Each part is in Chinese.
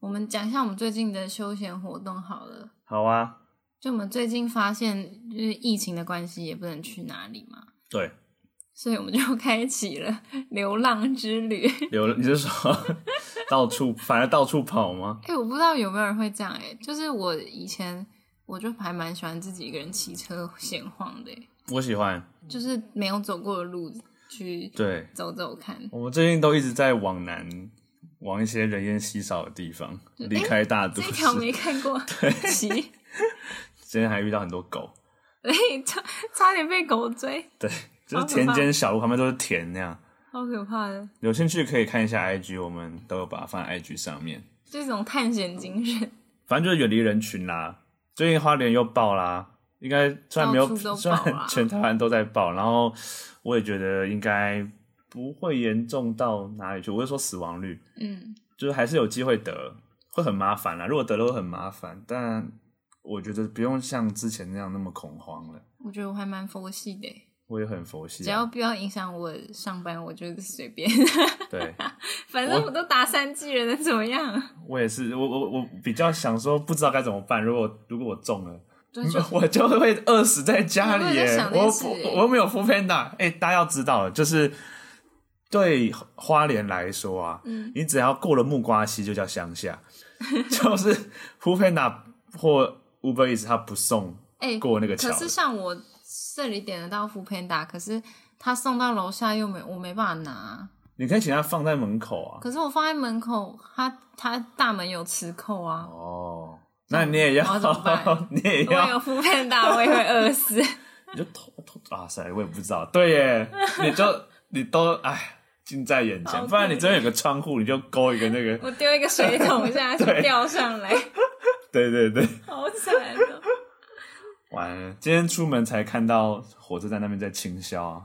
我们讲一下我们最近的休闲活动好了。好啊，就我们最近发现，就是疫情的关系，也不能去哪里嘛， 对，所以我们就 开启了流浪之旅。流你是说 到处反而到处跑吗？哎、我不知道有没有人会这样哎、就是我以前我就还蛮喜欢自己一个人骑车闲晃的、欸，我喜欢，就是没有走过的路去对走走看。我们最近都一直在往南，往一些人烟稀少的地方，离开大都这市。条没看过，骑， 今天还遇到很多狗，对，差差点被狗追，对，就好是可怕田间小路旁边都是田那样。好可怕的，有兴趣可以看一下 IG，我们都有把它放在 IG 上面。这种探险精神。反正就是远离人群啦。最近花莲又爆啦，应该虽然没有到处都，虽爆啦然全台湾都在爆，然后我也觉得应该不会严重到哪里去。我是说死亡率，嗯，就是还是有机会得，会很麻烦啦。如果得了会很麻烦，但我觉得不用像之前那样那么恐慌了。我觉得我还蛮佛系的欸、我也很佛系只啊、要不要影响我上班，我就随 便。对反正我我都打三季了，能怎么样？ 我也是，我我我比较想说不知道该怎么办。如果如果我中了。就是 我就会饿死在家里我有在耶！想这我件事不我又没有 f o o Panda，哎、大家要知道，就是对花莲来说啊，嗯你只要过了木瓜溪就叫乡下， 就是 f o o Panda 或 Uber Eats 它不送哎、过那个桥可是像我这里点得到福佩达，可是他送到楼下又没我没办法拿，你可以请它放在门口啊。可是我放在门口，他他大门有磁扣啊。哦，那你也要我要怎么办， 你也如果要，有福佩达，我也会饿 死。你就偷偷啊！塞，我也不知道，对 耶，你就你都哎。近在眼好前，不然你可这边有个窗户，你就勾一个那个，我丢一个水桶 下去对掉上来，对对对，好惨哦、 完了，今天出门才看到火车站那边在清销，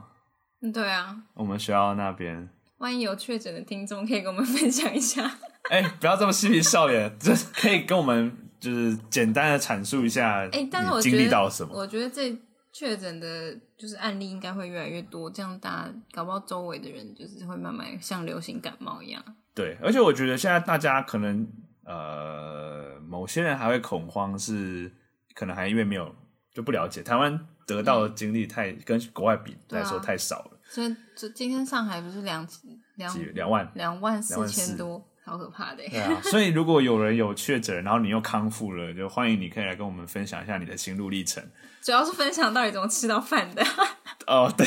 嗯对啊，我们学校那边，万一有确诊的听众，可以跟我们分享一下。哎、不要这么嬉皮笑脸， 这可以跟我们就是简单的阐述一下，哎、但是我觉经得，历到什么？我觉得这确诊的，就是案例应该会越来越多，这样大家搞不好周围的人就是会慢慢像流行感冒一样。对，而且我觉得现在大家可能呃，某些人还会恐慌是，可能还因为没有就不了解台湾得到的经历太、跟国外比嗯对啊来说太少了，所以，这今天上海不是两两几两万。两万四千24,000多，好可怕的耶。对啊，所以如果有人有确诊，然后你又康复了，就欢迎你可以来跟我们分享一下你的心路历程。 主要是分享到底怎么吃到饭的。 哦， 对，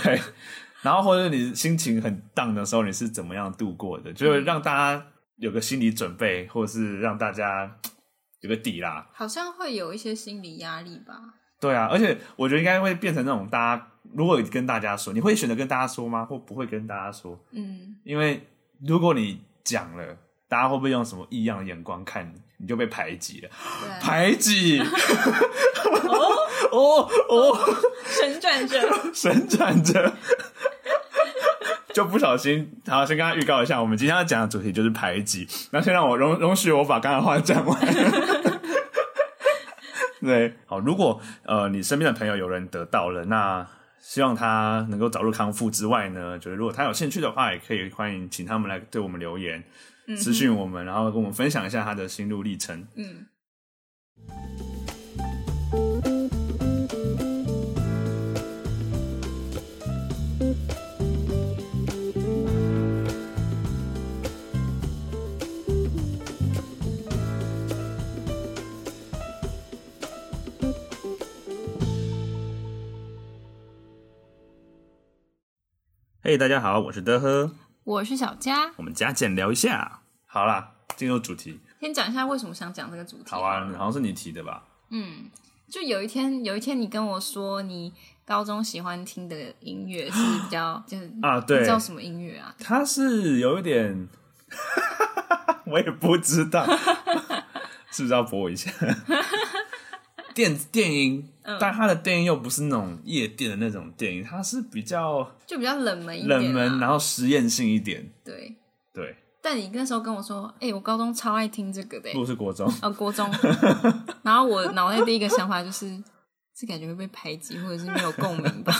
对。然后或者你心情很荡的时候，你是怎么样度过的？就是让大家有个心理准备，或者是让大家有个底啦。好像会有一些心理压力吧。对啊，而且我觉得应该会变成那种大家，如果跟大家说，你会选择跟大家说吗？或不会跟大家说？嗯，因为如果你讲了，大家会不会用什么异样的眼光看你？你就被排挤了，对，啊排挤。 哦哦哦！ 旋转着。 伸展着，就不小心。好，先跟他预告一下，我们今天要讲的主题就是排挤。那先让我容容许我把刚才的话讲完。 对，好，如果呃你身边的朋友有人得到了，那希望他能够早日康复之外呢，就是如果他有兴趣的话，也可以欢迎请他们来对我们留言，私讯我们，然后跟我们分享一下他的心路历程。嗯，嘿、大家好，我是德呵，我是小佳。我们加减聊一下。好啦，进入主题。先讲一下为什么想讲这个主题。好啊，好像是你提的吧？嗯，就有一天，有一天你跟我说，你高中喜欢听的音乐是比较就是啊对叫什么音乐啊？他是有一点， 我也不知道， 是不是要播我一下？电电音，嗯但他的电音又不是那种夜店的那种电音，它是比较就比较冷门一点、啊。冷门，然后实验性一点。对。对，但你那时候跟我说，哎、我高中超爱听这个的、如果是国中，呃，国 中。然后我脑袋第一个想法就是，这感觉会被排挤，或者是没有共鸣吧？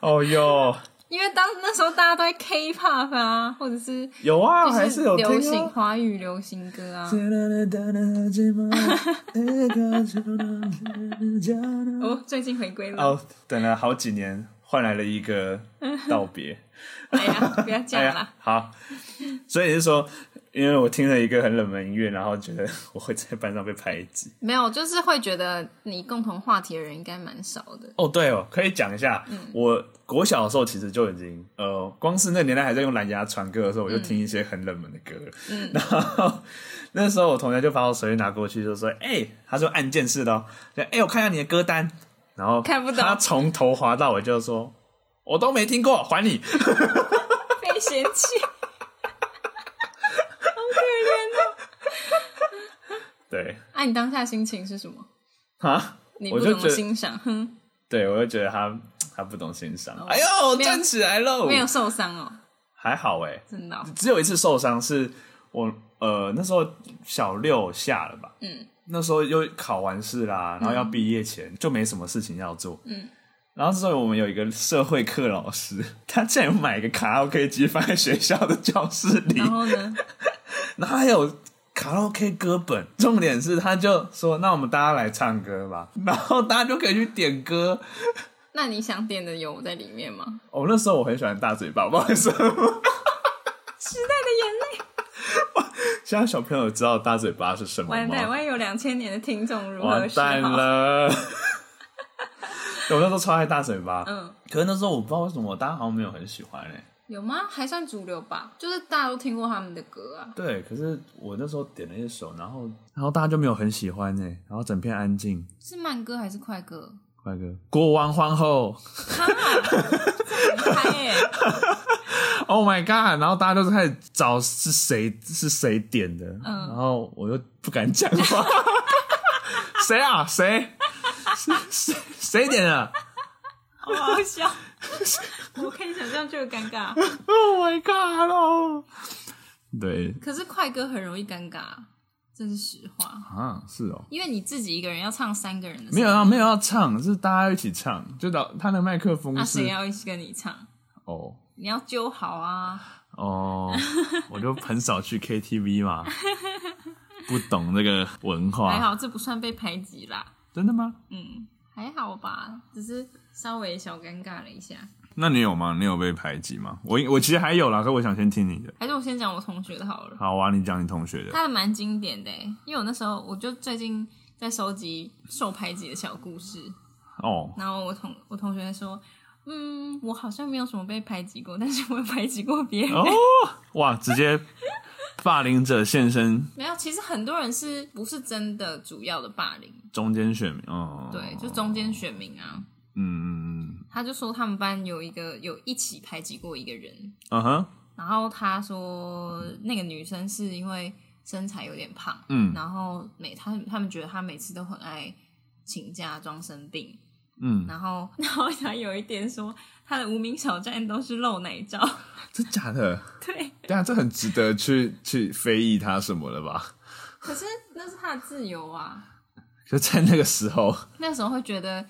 哦哟， 因为当那时候大家都在 K-pop 啊，或者是有 啊，就还有流听行啊。华语流行歌啊。哦，最近回归了，哦，等了好几年，换来了一个道别。哎呀，不要讲哎啦呀，，好，所以是说，因为我听了一个很冷门音乐，然后觉得我会在班上被排挤。没有，就是会觉得你共同话题的人应该蛮少的。哦，对哦，可以讲一下，嗯我国小的时候其实就已经，呃，光是那年代还在用蓝牙传歌的时候，我就听一些很冷门的歌了。嗯， 然后那时候我同学就把我手机拿过去，就说：“哎、他说按键式的、哦，就哎、我看一下你的歌单。”然后看不懂他从头滑到尾，就说：“我都没听过，还你。”被嫌 弃，对那、啊你当下心情是什么？啊，你我不就怎觉么得，欣赏，哼，对我就觉得他他不懂欣赏。哎呦，哦没有站起来喽！没有受伤哦，还好哎、真的哦、只有一次受伤，是我呃那时候小六下了吧，嗯，那时候又考完试啦，然后要毕业前、就没什么事情要做，嗯。然后之后我们有一个社会课老师，他竟然买一个卡拉 OK 机放在学校的教室里，然后呢？然后还有卡拉 OK 歌本，重点是他就说：“那我们大家来唱歌吧。”然后大家就可以去点歌。那你想点的有在里面吗？哦，那时候我很喜欢大嘴巴，不好意思， 时代的眼泪，现在小朋友知道大嘴巴是什么完蛋，吗？万一有两千年的听众如何完是蛋好？了！ 我那时候超爱大嘴巴，嗯，可是那时候我不知道为什么大家好像没有很喜欢哎、有吗？还算主流吧，就是大家都听过他们的歌啊。对，可是我那时候点了一首，然后然后大家就没有很喜欢哎、然后整片安静。是慢歌还是快歌？快歌，国王皇后 嗨耶、 ，Oh my god！然后大家就开始找是谁是谁点的，嗯然后我又不敢讲话， 谁啊谁 谁谁谁点的啊好好笑。 我可以想象这个尴尬， ？Oh my god！哦，对可是快歌很容易尴尬，这是实话。啊，是哦。因为你自己一个人要唱三个人的，没有要啊没有要唱，是大家一起唱，就到他的麦克风那是啊谁要一起跟你唱？哦你要揪好啊！哦， 我就很少去 KTV 嘛，不懂这个文还化，好这不算被排挤啦，真的吗？嗯，还好吧，只是稍微小尴尬了一下。那你有吗？你有被排挤吗？我我其实还有啦，可我想先听你的。还是我先讲我同学的好了，好啊，你讲你同学的。他的蛮经典的欸、因为我那时候我就最近在收集受排挤的小故事，哦，然后我同我同学说，嗯，我好像没有什么被排挤过，但是我有排挤过别人。哦， 哇，直接霸凌者现身，没有，其实很多人是不是真的主要的霸凌？中间选民。哦，对，就中间选民啊，嗯，嗯嗯他就说他们班有一个有一起排挤过一个人，嗯哼，然后他说那个女生是因为身材有点胖，嗯然后每他他们觉得她每次都很爱请假装生病，嗯，然后 然后他有一点说他的无名小站都是露奶照，这假的？对，对啊，这很值得去去非议他什么了吧？可是那是他的自由啊，就在那个时候，那时候会觉得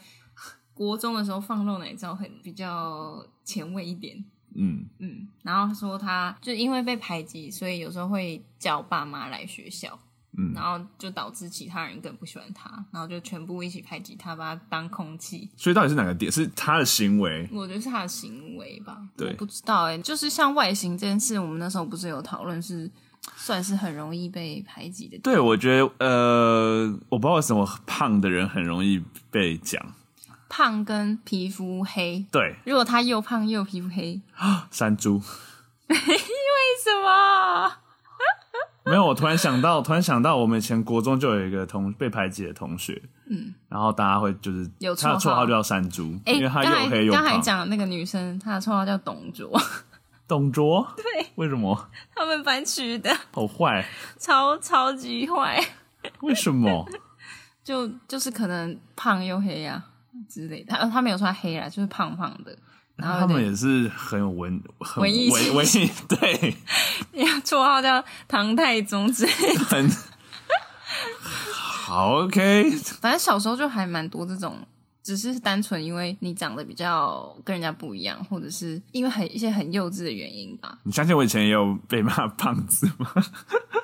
国中的时候放露奶照很比较前卫一点，嗯，嗯，然后他说他就因为被排挤，所以有时候会叫爸妈来学校，嗯然后就导致其他人更不喜欢他，然后就全部一起排挤他，把他当空气。所以到底是哪个点？是他的行为？我觉得是他的行为吧，对我不知道哎、就是像外形这件事，我们那时候不是有讨论是算是很容易被排挤的，对，我觉得呃，我不知道为什么胖的人很容易被讲。胖跟皮肤黑。对，如果他又胖又皮肤黑，山猪为什么？没有。我突然想到，突然想到，我们以前国中就有一个同被排挤的同学，嗯，然后大家会就是有他的绰绰号号就叫山猪，哎、因为他刚又黑才又刚才胖。讲的那个女生，她的绰号叫董卓， 董卓，对，为什么？他们班取的。好坏？超超级坏，为什么？就就是可能胖又黑啊之类的。他他没有说他黑啦，就是胖胖的， 然后他有们点也是很有文很文艺文文艺，对， 绰号叫唐太宗之类的。很好 OK。反正小时候就还蛮多这种只是单纯因为你长得比较跟人家不一样，或者是因为很一些很幼稚的原因吧？你相信我以前也有被骂胖子吗？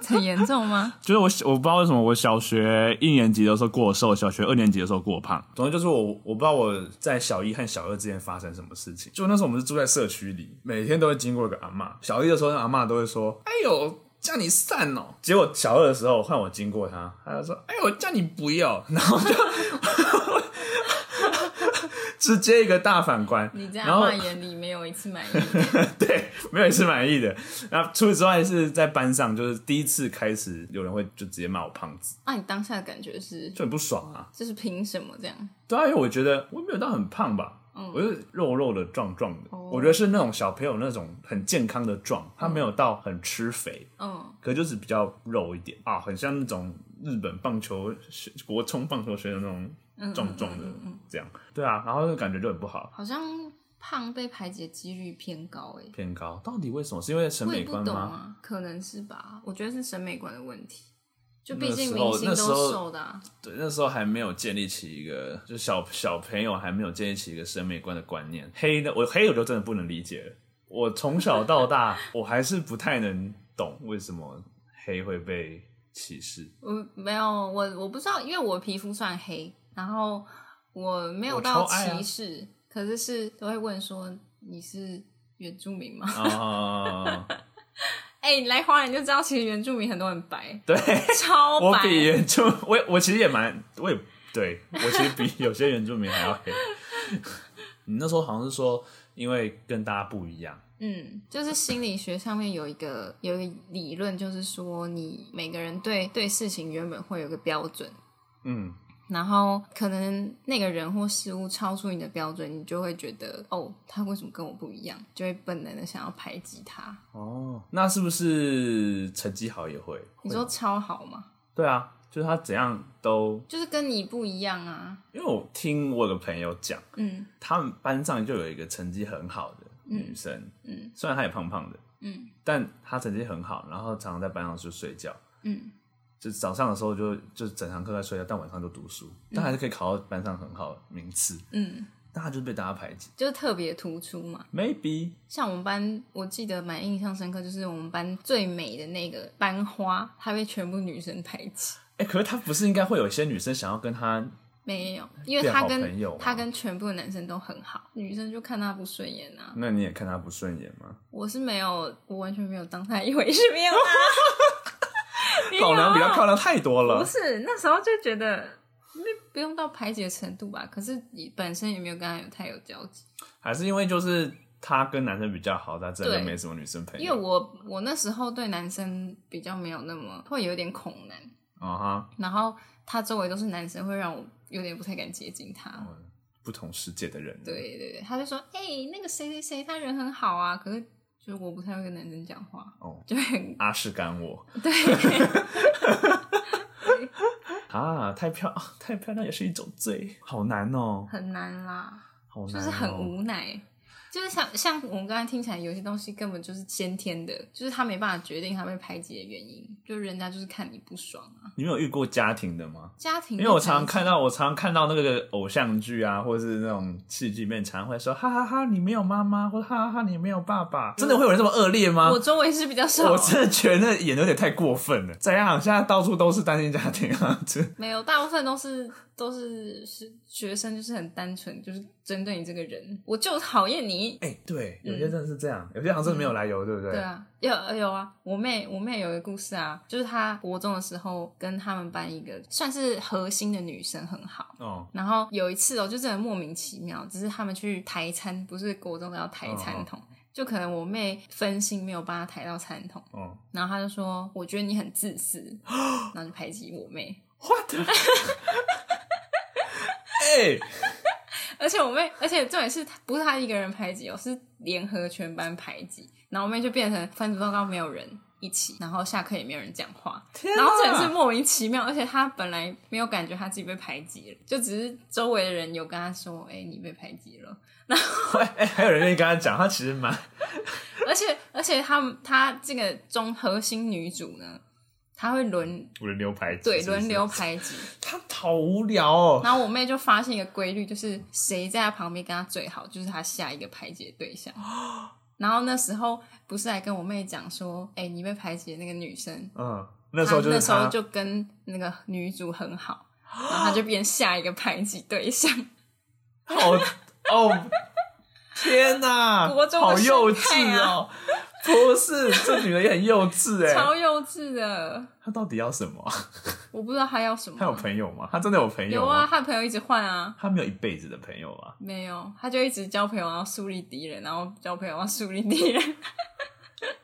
很严重吗？ 就是我小，我不知道为什么我小学一年级的时候过瘦，小学二年级的时候过胖。总之就是我，我不知道我在小一和小二之间发生什么事情。就那时候我们是住在社区里，每天都会经过一个阿嬷。小一的时候，那阿嬷都会说：“哎呦，叫你散哦。”结果小二的时候换我经过她，她就说：“哎呦，叫你不要。”然后就 直接一个大反观。你在然阿后妈眼里没有一次满意，对，没有一次满意的。然后除此之外是在班上，就是第一次开始有人会就直接骂我胖子，那、啊你当下的感觉是，就很不爽啊。就是凭什么这样？对啊，因为我觉得我没有到很胖吧，我就是肉肉的、壮壮的。哦我觉得是那种小朋友那种很健康的壮，他没有到很吃肥，嗯，可就是比较肉一点啊，很像那种日本棒球选国冲棒球选手那种壮壮的这样。对啊，然后就感觉就很不好，好像胖被排解几率偏高欸诶、偏高。到底为什么？是因为审我美也不观懂吗？啊，可能是吧？我觉得是审美观的问题，就那毕竟时明候星那时都候瘦的、啊，对，那时候还没有建立起一个，就小小朋友还没有建立起一个审美观的观念。黑的，我黑我就真的不能理解了。我从小到大，我还是不太能懂为什么黑会被歧视。我没有，我我不知道，因为我皮肤算黑，然后我没有我到超爱啊歧视，可是是都会问说你是原住民 吗？啊、哎、你来花莲就知道，其实原住民很多很白， 对，超我白，比原住，我我其实也蛮，我也对我其实比有些原住民还要黑。你那时候好像是说，因为跟大家不一样，嗯，就是心理学上面有一个有一个理论，就是说你每个人对对事情原本会有个标准，嗯，然后可能那个人或事物超出你的标准，你就会觉得哦，他为什么跟我不一样，就会本能的想要排挤他。哦，那是不是成绩好也会？你说超好吗？对啊，就是他怎样都，就是跟你不一样啊。因为我听我有个朋友讲，嗯他们班上就有一个成绩很好的女生，嗯虽然她也胖胖的，嗯但她成绩很好，然后常常在班上就睡觉，嗯，就早上的时候就就整堂课在睡觉，但晚上就读书，但还是可以考到班上很好的名次，嗯，但她就是被大家排挤就是特别突出嘛。 ，maybe 像我们班，我记得蛮印象深刻，就是我们班最美的那个班花，她被全部女生排挤。哎、可是她不是应该会有一些女生想要跟她没有，因为变她好朋友跟吗她跟全部的男生都很好，女生就看她不顺眼啊。那你也看她不顺眼吗？我是没有，我完全没有当她一回事，没有 啊。没有啊老娘比她漂亮太多不了，是那时候就觉得。那不用到排解程度吧，可是你本身也没有跟她有太有交集。还是因为就是她跟男生比较好，她真的对没什么女生朋友，因为我我那时候对男生比较没有那么会有点恐男，啊哈。然后他周围都是男生，会让我有点不太敢接近他。哦不同世界的人。，对对对，他就说：“哎、那个谁谁谁，他人很好啊。”可是就是我不太会跟男生讲话，哦，就很 阿是干我对。啊，太漂 太漂亮也是一种罪，好难哦，很难啦，好难、哦，就是很无奈。就是像像我们刚才听起来，有些东西根本就是先天的，就是他没办法决定他被排挤的原因，就人家就是看你不爽啊。你们有遇过家庭的吗？嗯家庭因为我常常看到，我常常看到那个偶像剧啊，或者是那种戏剧里面，常常会说哈哈哈，你没有妈妈，或者哈哈哈，你没有爸爸，真的会有人这么恶劣吗？我周围是比较少，我真的觉得那演的有点太过分了。怎样？现在到处都是单亲家庭啊，这没有，大部分都是都是是学生，就是很单纯，就是针对你这个人，我就讨厌你。哎、对，有些真的是这样，有些好像真的没有来由，对不嗯对？对啊，有有啊，我妹我妹有一个故事啊，就是她国中的时候跟他们班一个算是核心的女生很好，哦，然后有一次哦，就真的莫名其妙，只是他们去抬餐，不是国中都要抬餐桶，就可能我妹分心没有帮她抬到餐桶，哦然后她就说我觉得你很自私，然后就排挤我妹， ，what？哎、而且我妹，而且重点是她不是她一个人排挤哦，是联合全班排挤，然后我妹就变成分组报告没有人一起，然后下课也没有人讲话，天然后啊重点是莫名其妙，而且她本来没有感觉她自己被排挤了，就只是周围的人有跟她说：“哎、你被排挤了。哎、还有人愿意跟他讲，他其实蛮……”而且而且他们她这个中核心女主呢，他会轮轮流排挤，对是不是轮流，排挤。他好无聊哦。然后我妹就发现一个规律，就是谁在她旁边跟她最好，就是她下一个排解对 象。然后那时候不是还跟我妹讲说，哎、你被排挤的那个女生，嗯，那时候她就那是时候他，就跟那个女主很 好，然后她就变下一个排挤对象。好哦，天哪，国中的好幼生态稚啊哦。不是，这女的也很幼 稚哎。超幼稚的，她到底要什么？啊我不知道他要什么。她有朋友吗？她真的有朋友有吗？啊，他的朋友一直换啊，她没有一辈子的朋友吧？没有，他就一直交朋友，然后树立敌人，然后交朋友，然后树立敌人，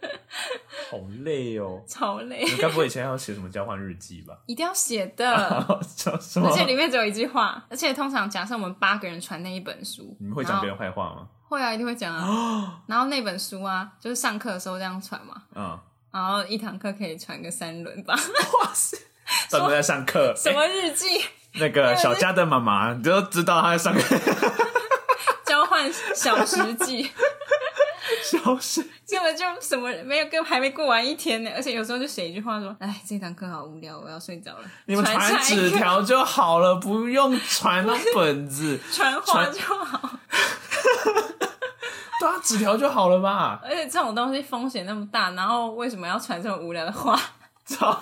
好累哦。超累，你该不会以前还要写什么交换日记吧？ 一定要写的。什啊什么而？且里面只有一句话，而且通常假设我们八个人传那一本书，你们会讲别然后人坏话吗？会啊，一定会讲 啊。然后那本书啊，就是上课的时候这样传嘛，嗯，然后一堂课可以传个三轮吧。 哇塞，专门在上课。什欸么日 记、那个小佳的妈妈，你都知道她在上课。交换小时记， 消失。根本就什么没有跟还没过完一天呢。而且有时候就写一句话说：“哎，这堂课好无聊，我要睡着了。”你们传下一纸个条就好了，不用传那本子，传话传就好。对啊，纸条就好了吧？而且这种东西风险那么大，然后为什么要传这种无聊的话？ 操！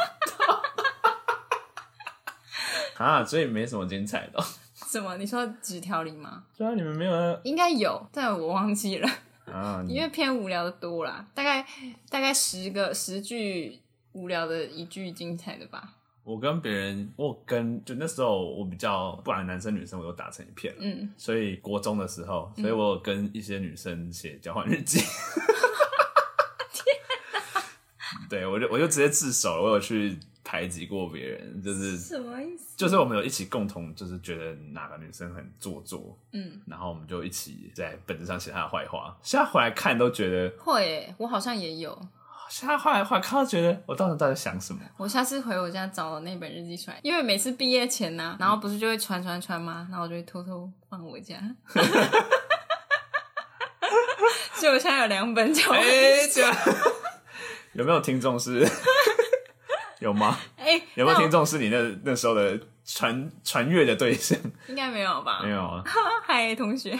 啊，所以没什么精彩的哦。什么？你说纸条里吗？对啊，你们没有那应该有，但我忘记了，啊？你因为偏无聊的多啦，大概大概十个十句无聊的一句精彩的吧。我跟别人，我跟就那时候我比较，不管男生女生我都打成一片了。嗯，所以国中的时候，所以我有跟一些女生写交换日记。对，我就我就直接自首了，我有去排挤过别人，就是什么意思？就是我们有一起共同就是觉得哪个女生很做作，嗯，然后我们就一起在本子上写她的坏话。现在回来看都觉得，会耶、我好像也有。现在后来回来看都觉得我当时到底在想什么？我下次回我家找我那本日记出来，因为每次毕业前呢、然后不是就会传传传吗？然后我就会偷偷放我 家。 所以我现在有两本交换哎、日这样 有没有听众 是？有吗？哎、有没有那我听众是你那那时候的传传阅的对象？应该没有吧？ 没有啊。嗨，同 学。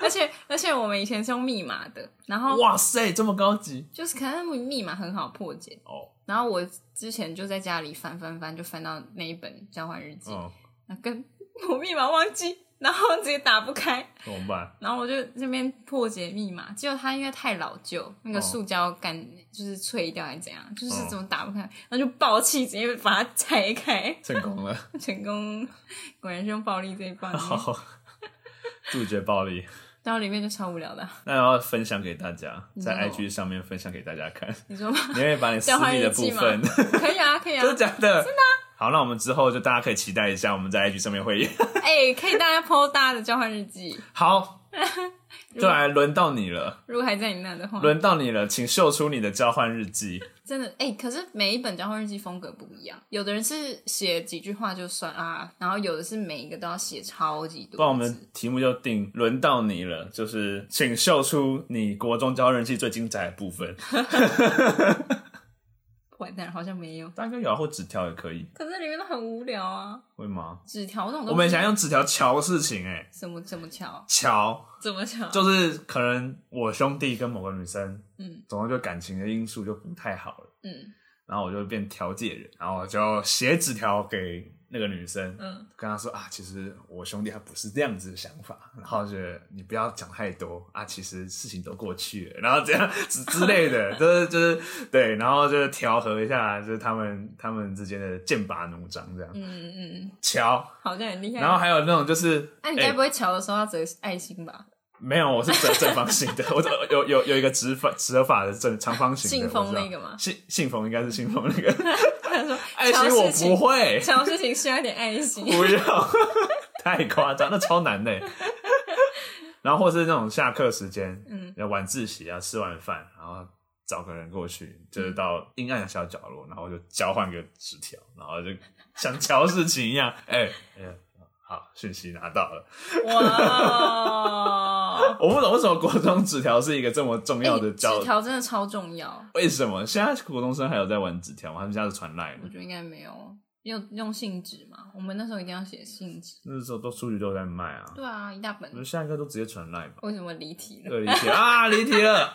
而且而且我们以前是用密码的，然后哇塞，这么高级就是可能密码很好破解。哦！然后我之前就在家里翻翻翻，就翻到那一本交换日记，嗯，那、跟我密码忘记，然后直接打不开，怎么办？然后我就这边破解密码，结果它因为太老旧，那个哦塑胶杆就是脆掉还是怎样，就是哦怎么打不开，然后就暴气直接把它拆开，成功了，成功，果然是用暴力这一棒， 好，杜绝暴力。然后里面就超无聊的，啊那要分享给大家，在你说 IG 上面分享给大家看，你说吧。 你会把你私交换密的日部记吗分，？可以啊，可以啊 真的。假的？ 真的。好，那我们之后就大家可以期待一下，我们在 IG 上面会。哎、可以大家 PO 大家的交换日 记，好，就来轮到你了，如果还在你那的话，轮到你了，请秀出你的交换日 记。真的哎、可是每一本交换日记风格不一样，有的人是写几句话就算啊，然后有的是每一个都要写超级多字。不然我们题目就定轮到你了，就是请秀出你国中交人气最精彩的部分。完蛋，好像没有。大概有啊或纸条也可以，可是里面都很无聊啊，会吗？纸条这种东西。我们以前用纸条瞧事情、欸，哎，什么怎么巧，瞧怎么巧，就是可能我兄弟跟某个女生，嗯，总之就感情的因素就不太好了，嗯然后我就变调解人，然后我就写纸条给那个女生，嗯，跟她说啊，其实我兄弟他不是这样子的想法，然后觉得你不要讲太多啊，其实事情都过去了，然后这样之之类的，就是就是对，然后就是调和一下，就是他们他们之间的剑拔弩张这样，嗯嗯，瞧。好像很厉害。然后还有那种就是，那、你哎该不会巧的时候要折爱心吧？没有，我是正正方形的，我有有有一个直法折法的正长方形的，信封我知道那个吗信信封应该是信封 那个，他说爱巧心我事情不，会，巧事情需要一点爱 心。不要，太夸张，那超难的。然后或是那种下课时间，嗯，晚自习啊，吃完饭，然后找个人过去，就是嗯到阴暗的小角 落，然后就交换个纸条，然后就像瞧事情一样，哎、哎、好，讯息拿到了。哇，我不懂为什么国中纸条是一个这么重要的哎教纸，条真的超重要，为什么现在国中生还有在玩纸条吗？他们现在是传赖我觉得应该没有。用用信纸嘛，我们那时候一定要写信纸。那时候都书局都有在卖啊。对啊，一大我觉得本。现在应该都直接传赖吧。为什么离题了？对，离题了啊，离题了，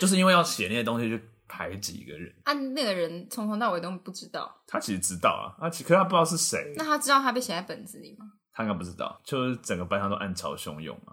就是因为要写那些东西去排挤一个人。啊，那个人从头到尾都不知道。他其实知道啊，他其可是他不知道是谁，那他知道他被写在本子里吗？他应该不知道，就是整个班上都暗潮汹涌啊。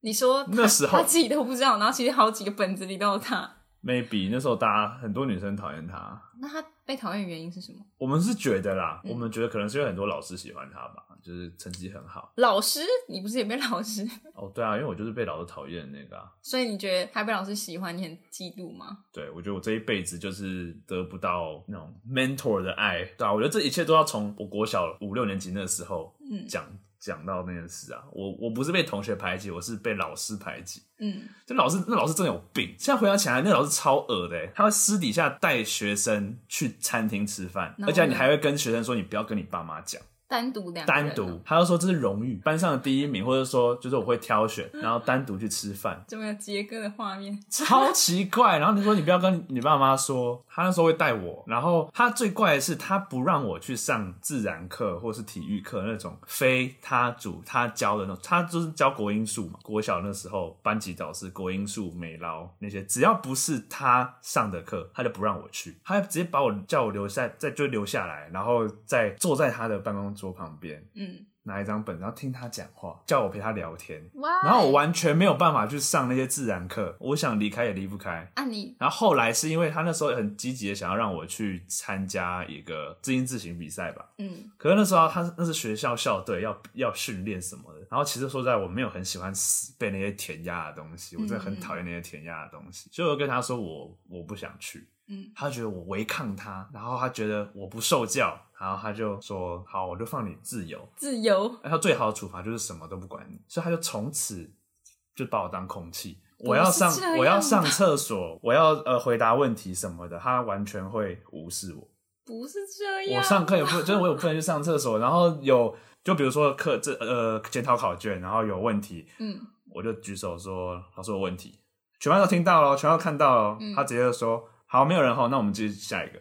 你说他那时候他自己都不知道，然后其实好几个本子里都有他。 maybe 那时候大家很多女生讨厌他，那他被讨厌的原因是什么？我们是觉得啦，嗯我们觉得可能是因为很多老师喜欢他吧，就是成绩很好。老师，你不是也被老师？ 哦，对啊，因为我就是被老师讨厌的那个、啊，所以你觉得他被老师喜欢，你很嫉妒吗？对我觉得我这一辈子就是得不到那种 mentor 的爱，对啊，我觉得这一切都要从我国小五六年级那时候嗯讲讲、到那件事啊。我我不是被同学排挤，我是被老师排挤。嗯，这老师那老师真的有病。现在回想起来，那老师超恶的欸，他会私底下带学生去餐厅吃饭，然后呢而且你还会跟学生说你不要跟你爸妈讲，单独两个人哦单独，他就说这是荣誉，班上的第一名，或者说就是我会挑选，嗯然后单独去吃饭，这么有杰哥的画面，超奇怪。然后你说你不要跟你爸妈说，他那时候会带我。然后他最怪的是，他不让我去上自然课或是体育课那种非他主他教的那种，他就是教国英数嘛。国小那时候班级导师国英数、美劳那些，只要不是他上的课，他就不让我去，他直接把我叫我留下，再就留下来，然后再坐在他的办公桌旁边。嗯，拿一张本，然后听他讲话，叫我陪他聊天，哇然后我完全没有办法去上那些自然课，我想离开也离不开。啊你，然后后来是因为他那时候很积极的想要让我去参加一个自音自行比赛吧，嗯，可是那时候他那是学校校队要要训练什么的，然后其实说实在我没有很喜欢死背那些填鸭的东西，我真的很讨厌那些填鸭的东西，所以我跟他说我我不想去，嗯，他觉得我违抗他，然后他觉得我不受教，然后他就说好我就放你自由，自由，他最好的处罚就是什么都不管你，所以他就从此就把我当空气。我要上这样，吧我要上厕所，我要呃回答问题什么的，他完全会无视我。不是这样，我上课也不，就是我有不能去上厕所，然后有就比如说课这呃检讨考卷，然后有问题，嗯，我就举手说老师有问题，全班都听到了，全班都看到了，嗯他直接就说好没有人吼，那我们继续下一个。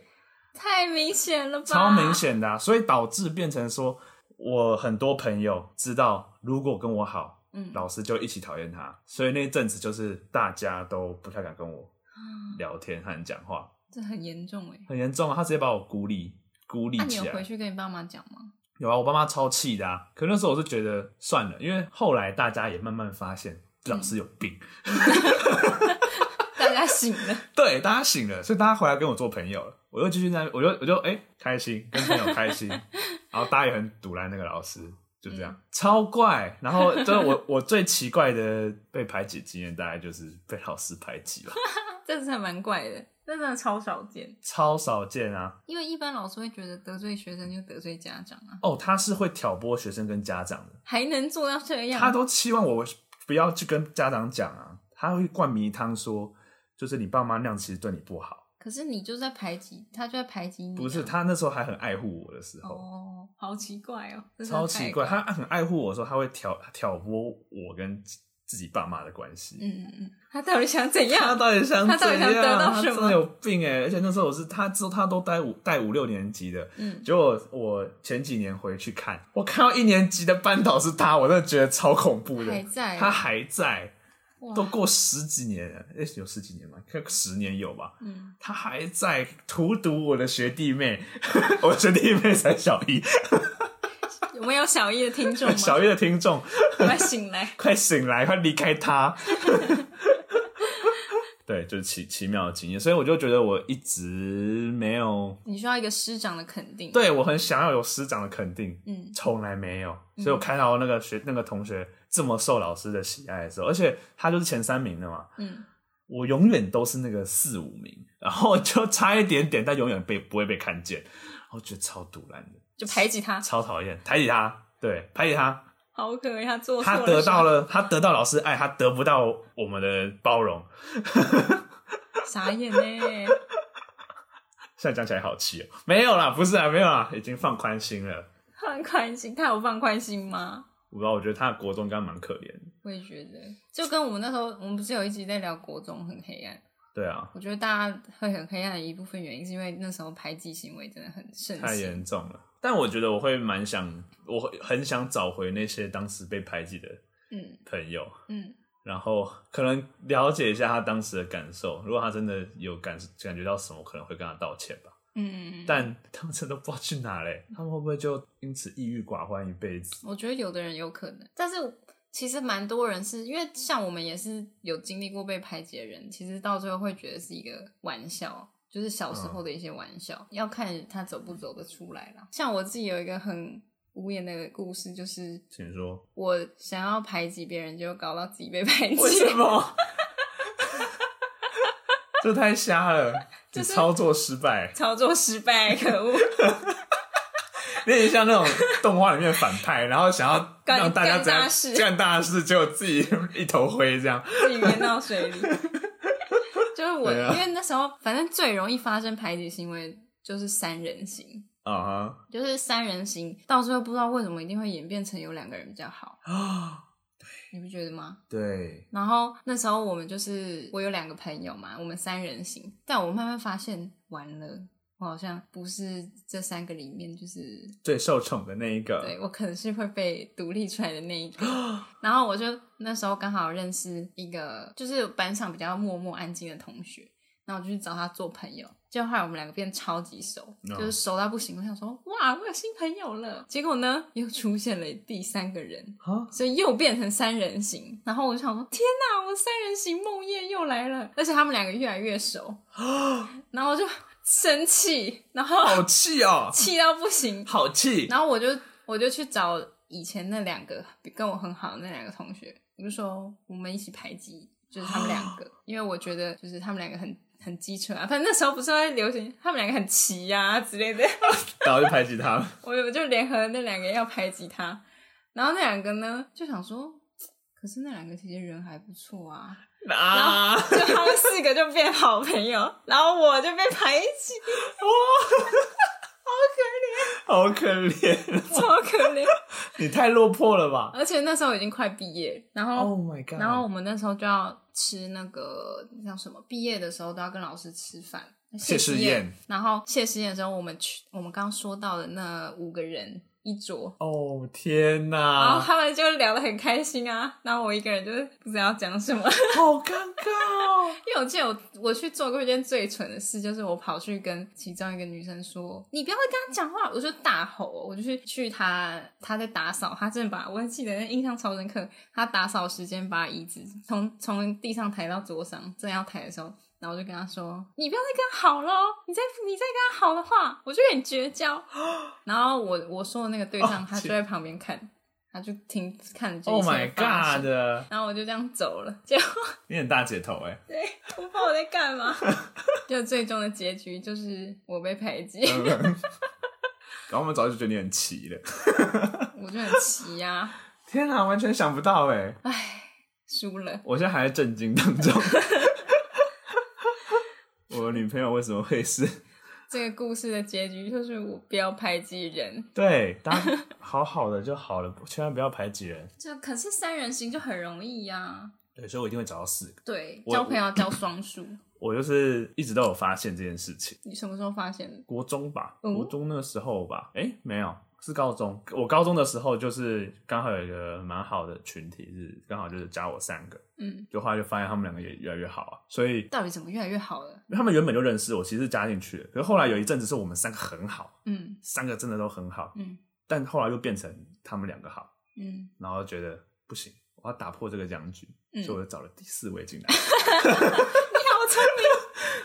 太明显了吧，超明，显的、啊，所以导致变成说，我很多朋友知道，如果跟我好，嗯，老师就一起讨厌他，所以那一阵子就是大家都不太敢跟我啊聊天和讲话，这很严重哎。很严重啊！他直接把我孤立孤立那、你起有回来。去跟你爸妈讲吗？ 有啊，我爸妈超气的啊！可那时候我是觉得算了，因为后来大家也慢慢发现老师有病，大家醒了， 对，大家醒了，所以大家回来跟我做朋友了。我又继续在那，我就我就哎、开心，跟朋友开 心，然后大家也很堵拦那个老师，就这样、嗯超怪。然 后就是我我最奇怪的被排挤经验，大概就是被老师排挤吧，这真的蛮怪的，这真的超少见。超少见啊。因为一般老师会觉得得罪学生就得罪家长啊，哦，他是会挑拨学生跟家长的，还能做到这样？他都期望我不要去跟家长讲啊，他会灌迷汤说，就是你爸妈那样其实对你不好，可是你就在排挤，他就在排挤你、啊不是？他那时候还很爱护我的时候。哦，好奇怪哦，这真的超太奇怪，他很爱护我说他会挑挑拨我跟自己爸妈的关系。嗯嗯嗯，他到底想怎他样？到底想他到底想怎样得到他什么真的有病哎！而且那时候我是他之后他都带五带五六年级的，嗯，结果我前几年回去看，我看到一年级的班导是他，我真的觉得超恐怖的。还在他还在，哇都过十几年了，哎、有十几年吗？看十年有吧？嗯，他还在荼毒我的学弟妹， 我学弟妹才小一，有没有小一的听众吗？ 小一的听众。快醒来！快醒来，快离开他。 对，就是奇奇妙的经验，所以我就觉得我一直没有，你需要一个师长的肯定。，对我很想要有师长的肯定，嗯，从来没有。所以我看到那个学那个同学这么受老师的喜爱的时候，而且他就是前三名的嘛，嗯，我永远都是那个四五名，然后就差一点点，但永远被不会被看见，我觉得超堵烂的，就排挤他，超讨厌，排挤他，对，排挤他，好可怜，他做错他了得到了，了，他得到老师爱，他得不到我们的包容。傻眼呢。 现在讲起来好气哦、没有啦，不是啊，没有啦，已经放宽心了。哎放宽心，他有放宽心吗？我不知道，我觉得他的国中应该蛮可怜的。我也觉得，就跟我们那时候，我们不是有一集在聊国中很黑暗，对啊，我觉得大家会很黑暗的一部分原因是因为那时候排挤行为真的很盛太行。严重了。但我觉得我会蛮想，我会很想找回那些当时被排挤的嗯朋友，嗯，然后可能了解一下他当时的感受。如果他真的有感感觉到什么，可能会跟他道歉吧。嗯，但他们真的不知道去哪嘞，他们会不会就因此抑郁寡欢一辈子？我觉得有的人有可能，但是其实蛮多人是因为像我们也是有经历过被排挤的人，其实到最后会觉得是一个玩笑，就是小时嗯候的一些玩笑，要看他走不走得出来啦。像我自己有一个很无言的故事，就是 请说，我想要排挤别人，就搞到自己被排挤。为什么？ 这太瞎了，就你是操作失败，操作失败，可恶！有点像那种动画里面的反派，然后想要干让大家怎干样大事干大事，结果自己一头灰这样。自己淹到水里。 就是我，对啊因为那时候反正最容易发生排挤行为就是三人行，啊哈就是三人行，到最后不知道为什么一定会演变成有两个人比较好，啊，你不觉得吗？ 对，然后那时候我们就是我有两个朋友嘛，我们三人行，但我慢慢发现，完了，我好像不是这三个里面，就是最受宠的那一个对我可能是会被独立出来的那一个。然后我就那时候刚好认识一个，就是班上比较默默安静的同学，然后我就去找他做朋友。结果后来我们两个变超级熟，哦就是熟到不行。我想说，哇，我有新朋友了。结果呢，又出现了第三个人，啊，所以又变成三人行。然后我就想说，天哪，我三人行梦魇又来了，而且他们两个越来越 熟，然后我就生气，然后好气哦，气到不行，好气然后我就我就去找以前那两个跟我很好的那两个同学，我就说我们一起排挤，就是他们两个，因为我觉得就是他们两个很很机车啊，反正那时候不是会流行他们两个很齐呀、之类的， 然后就排挤他了。我我就联合那两个要排挤他，然后那两个呢就想说。可是那两个其实人还不错啊，啊，就他们四个就变好朋友，然后我就被排挤， 好可怜，超可怜。 你太落魄了吧而且那时候已经快毕业，然后！Oh my god！然后我们那时候就要吃那个叫什么，毕业的时候都要跟老师吃饭。谢师师宴宴，然后谢师宴的时候，我们去我们刚刚说到的那五个人一桌，哦天然后哪，他们就聊得很开心啊。然后我一个人就是不知道讲什么，好尴尬哦！因为我记得我我去做过一件最蠢的事，就是我跑去跟其中一个女生说：“你不要再跟她讲话！”我就大吼，哦我就去去她她在打扫，她真的把我还记得那印象超深刻，她打扫时间把椅子从从地上抬到桌上，正要抬的时候。然后我就跟她说：“你不要再跟她好喽，你再你再跟她好的话，我就跟你绝交。”然后我我说的那个对象，哦他就天在旁边看，他就听看着这一 Oh 切 my 发生 god！然后我就这样走了，结果你很大姐头哎， 我不知道我在干嘛。就最终的结局就是我被排挤，嗯然后我们早就觉得你很奇了。我就很奇呀、啊，天哪，完全想不到哎！输了。我现在还在震惊当中。我女朋友为什么会是？这个故事的结局就是我不要排挤人，对，大家好好的就好了，千万不要排挤人。就可是三人行就很容易呀、对，所以我一定会找到四个。对，我交朋友交双数，我就是一直都有发现这件事情。你什么时候发现的？国中吧，嗯国中那时候吧，哎、没有，是高中。我高中的时候就是刚好有一个蛮好的群体，是刚好就是加我三个，嗯，就后来就发现他们两个也越来越好啊，所以到底怎么越来越好了？因为他们原本就认识我，其实是加进去的。可是后来有一阵子是我们三个很好，嗯三个真的都很好，嗯但后来又变成他们两个好，嗯，然后觉得不行，我要打破这个僵局，嗯所以我就找了第四位进来。 你好聪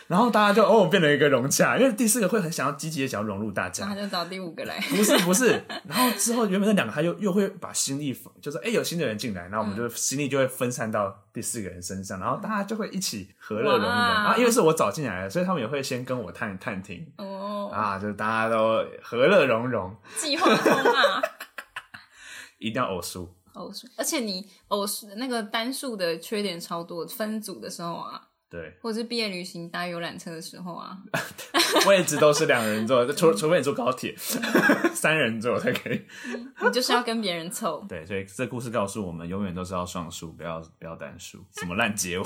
然后大家就哦变了一个融洽，因为第四个会很想要积极的想要融入大家明，那，就找第五 个来。不是不是，然后之后原本那两个他又又会把心力放，就是哎、有新的人进来，然后我们嗯就心力就会分散到第四个人身上，然后大家就会一起和乐融融。哇啊，因为是我找进来的，所以他们也会先跟我探探听哦，啊，就是大家都和乐融融，计划中啊，一定要偶数。偶数，而且你偶数那个单数的缺点超多，分组的时候啊，对，或者是毕业旅行搭游览车的时候啊，位置都是两人座，除除非你坐高铁， 三人座才可以。你就是要跟别人凑。对，所以这故事告诉我们，永远都是要双数，不要不要单数。什么烂结尾？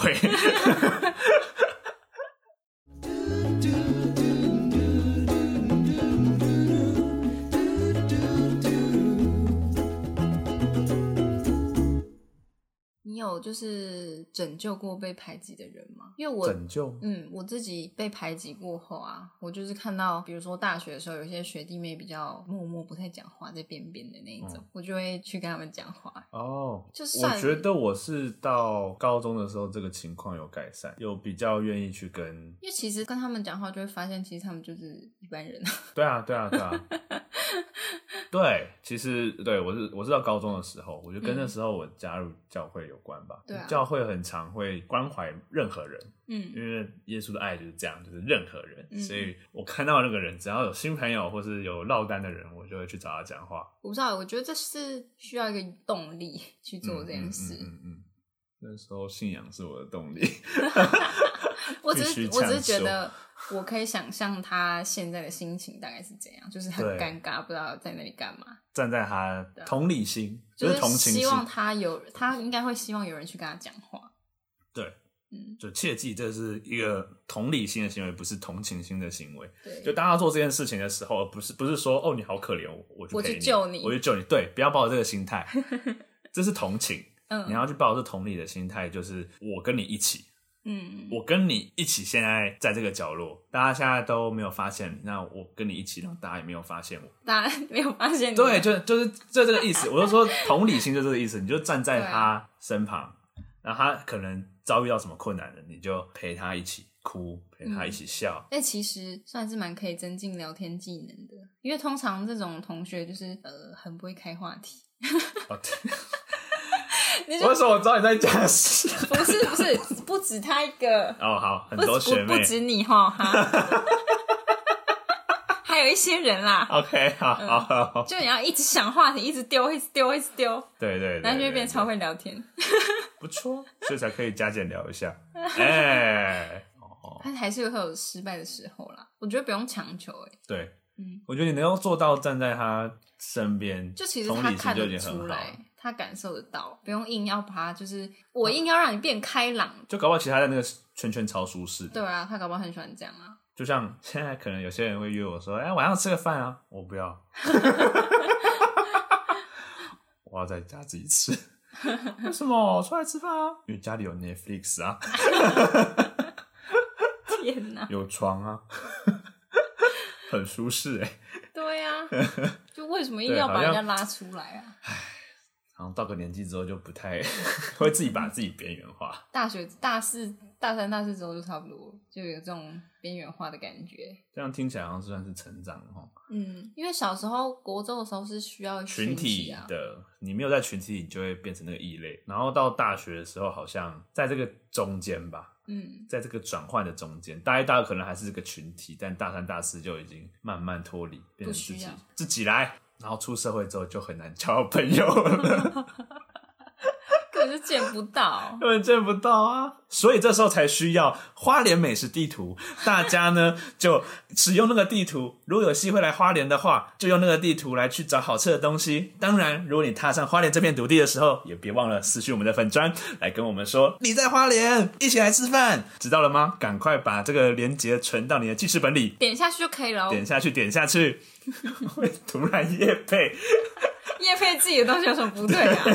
你有就是拯救过被排挤的人吗？因为我拯救嗯，我自己被排挤过后啊，我就是看到，比如说大学的时候，有些学弟妹比较默默不太讲话，在边边的那一种，我就会去跟他们讲话。哦。就嗯我算觉得我是到高中的时候，这个情况有改善，有比较愿意去跟因为其实跟他们讲话，就会发现其实他们就是一般人。对啊，对啊，对啊，对，其实对我是我是到高中的时候，我觉得跟那时候我加入教会有关吧。嗯对啊教会很常会关怀任何人， 嗯，因为耶稣的爱就是这样，就是任何人。嗯所以我看到那个人，只要有新朋友或是有落单的人，我就会去找他讲话。我不知道，我觉得这是需要一个动力去做这件事。嗯嗯嗯嗯嗯那时候信仰是我的动力。我只必是须这我样只是觉得，我可以想象他现在的心情大概是怎样，就是很对尴尬，不知道在那里干嘛。站在他同理心，啊就同情希心，望他有，他应该会希望有人去跟他讲话。对，嗯，就切记这是一个同理心的行为，不是同情心的行为。对，就当他做这件事情的时候，不是不是说哦你好可怜，我我就我陪去救你我去救你，对，不要抱着这个 心态，这是同情，嗯你要去抱着同理的心态，就是我跟你一起，嗯，我跟你一起，现在在这个角落，大家现在都没有发现你，那我跟你一起，让大家也没有发现我，大家没有发现你对，就就是就这个意思，我就说同理心就这个意思，你就站在对啊他身 旁，然后他可能遭遇到什么困难了，你就陪他一起哭，陪他一起笑，但其实算是蛮可以增进聊天技能的，因为通常这种同学就是呃很不会开话题，哦对你就我说我知道你 在讲事。不是不是不止他一个，哦，好，很不多学止不妹不。止你哈哈，还有一些人啦， OK，好好好好，就你要一直想话题，一直丢，一直丢，一直丢，对对对，然后就会变对超，会聊天。 对不错，所以才可以加减聊一下。哎，哦，但还是会有失败的时候啦，我觉得不用强求哎、欸对，嗯，我觉得你能够做到站在他身边，就其实同他理心看就得已经出很好了。来，他感受得到，不用硬要把他，就是我硬要让你变开朗，就搞不好其他的那个圈圈超舒适，对啊，他搞不好很喜欢这样啊。就像现在可能有些人会约我说，哎，晚上吃个饭啊，我 不要，我要在家自己吃。为什么出来吃饭啊？因为家里有 Netflix 啊， 天哪，有床啊， 很舒适哎、对呀、 啊，就为什么硬对要把人好家像拉出来啊？然后到个年纪之后就不太 会自己把自己边缘化。大学大四、大三、大四之后就差不多了，就有这种边缘化的感觉。这样听起来好像算是成长哦，嗯，因为小时候国中的时候是需要群体啊，的你没有在群体里，你就会变成那个异类。然后到大学的时候，好像在这个中间吧，嗯，在这个转换的中间，大一、大二可能还是个群体，但大三、大四就已经慢慢脱离，变不成自需己要自己来。然后出社会之后就很难交到朋友了，根本就见不到。根本见不到啊！所以这时候才需要花莲美食地图，大家呢就使用那个地图。如果有机会来花莲的话，就用那个地图来去找好吃的东西。当然，如果你踏上花莲这片土地的时候，也别忘了私讯我们的粉砖，来跟我们说你在花莲，一起来吃饭，知道了吗？赶快把这个链接存到你的记事本里，点下去就可以了哦。点下去，点下去。 会突然夜配，叶配自己的东西有什么不对啊？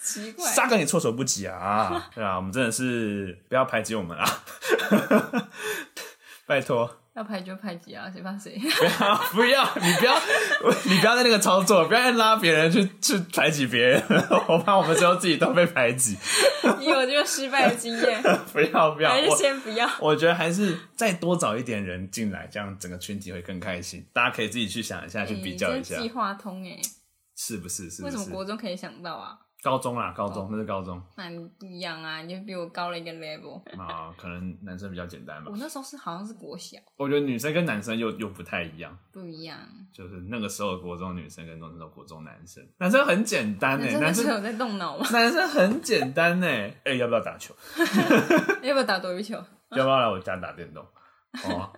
奇怪，杀个你措手不 及啊！对啊，我们真的是不要排挤我们啊！ 拜托， 要排就排挤啊，谁怕谁？ 不要不要，你不要 你不要在那个操作，不要再拉别人去去排挤别人， 我怕我们之后自己都被排挤。 以我这个失败的经验，不要不要，还是我先不要。我觉得还是再多找一点人进来，这样整个群体会更开心。大家可以自己去想一下，去哎比你较真一是下，计划通哎，是不是？是不为什么是？国中哦可以想到啊？高中啦，高中那是高中那你不一样啊，你就比我高了一个 level。啊，可能男生比较简单 吧我。那时候是好像是国小，我觉得女生跟男生又又不太一样。不一样。就是那个时候的国中女生跟那时候国中男生，男生很简单那哎、真的男是生有在动脑吗？ 男生很简单哎、哎、要不要打球？要不要打躲避球？要不要来我家打电动？哦，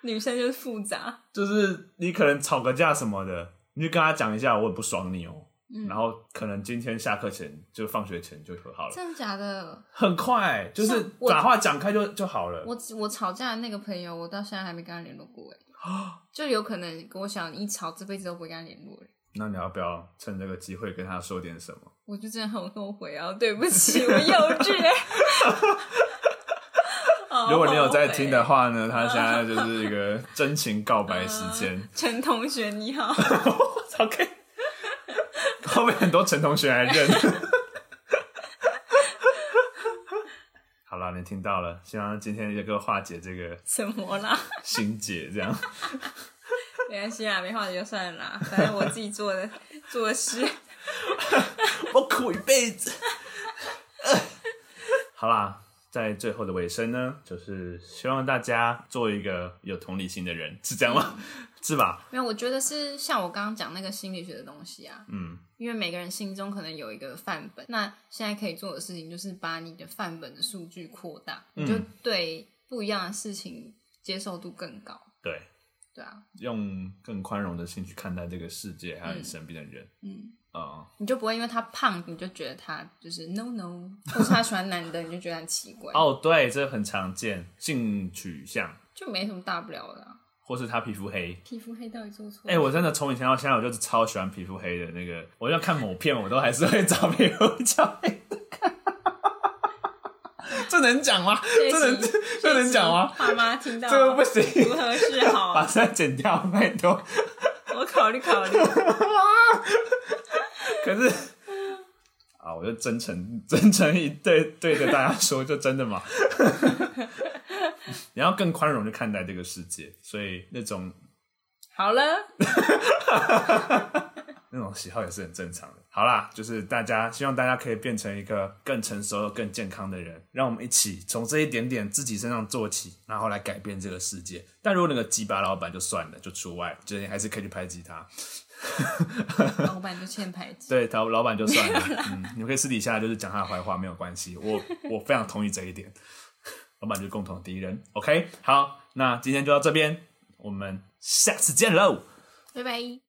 女生就是复杂，就是你可能吵个架什么的，你就跟他讲一下，我也不爽你哦、嗯然后可能今天下课前就放学前就和好了，真的假的？很快欸就是像我把话讲开就就好了。我我吵架的那个朋友，我到现在还没跟他联络过哎，啊就有可能跟我想一吵，这辈子都不会跟他联络了。那你要不要趁这个机会跟他说点什么？我就真的很后悔啊！对不起，我幼稚。欸好哦如果你有在后悔听的，话呢，他现在就是一个真情告白时间。陈同学你好， OK，后面很多陈同学还 认。好了，你听到了，希望今天能够化解这个什么啦？心结，这样。没关系啦，没话题就算了啦，反正我自己做的做的事。 我苦一辈子。 好啦，在最后的尾声呢，就是希望大家做一个有同理心的人，是这样吗？是吧？没有，我觉得是像我刚刚讲那个心理学的东西啊，嗯，因为每个人心中可能有一个范本，那现在可以做的事情就是把你的范本的数据扩大，你嗯就对不一样的事情接受度更高。对，对啊，用更宽容的心去看待这个世界，还有你身边的人。嗯啊、你就不会因为他胖，你就觉得他就是 no no，或是他喜欢男的，你就觉得很奇怪，哦，对，这很常见，性取向，就没什么大不了的啊、或是他皮肤黑。皮肤黑到底做错？哎、我真的从以前到现在，我就是超喜欢皮肤黑的那个。我要看某片，我都还是会找皮肤较黑的看。这能讲吗？这一这能集这能讲吗？？一集爸妈听到这个不行如何是好 把？它剪掉，拜托。我考虑考虑。 可是啊，我就真诚真诚以对对着大家说，就真的嘛。你要更宽容的看待这个世界，所以那种好了，那种喜好也是很正常的。好啦，就是大家希望大家可以变成一个更成熟、更健康的人，让我们一起从这一点点自己身上做起，然后来改变这个世界。但如果那个鸡巴老板就算了，就除外，就是你还是可以去拍吉他。老板就欠排挤。对，老老板就算了，嗯，你们可以私底下就是讲他的坏话，没有关系。我我非常同意这一点，老板就是共同敌人。OK，好，那今天就到这边，我们下次见喽。拜拜。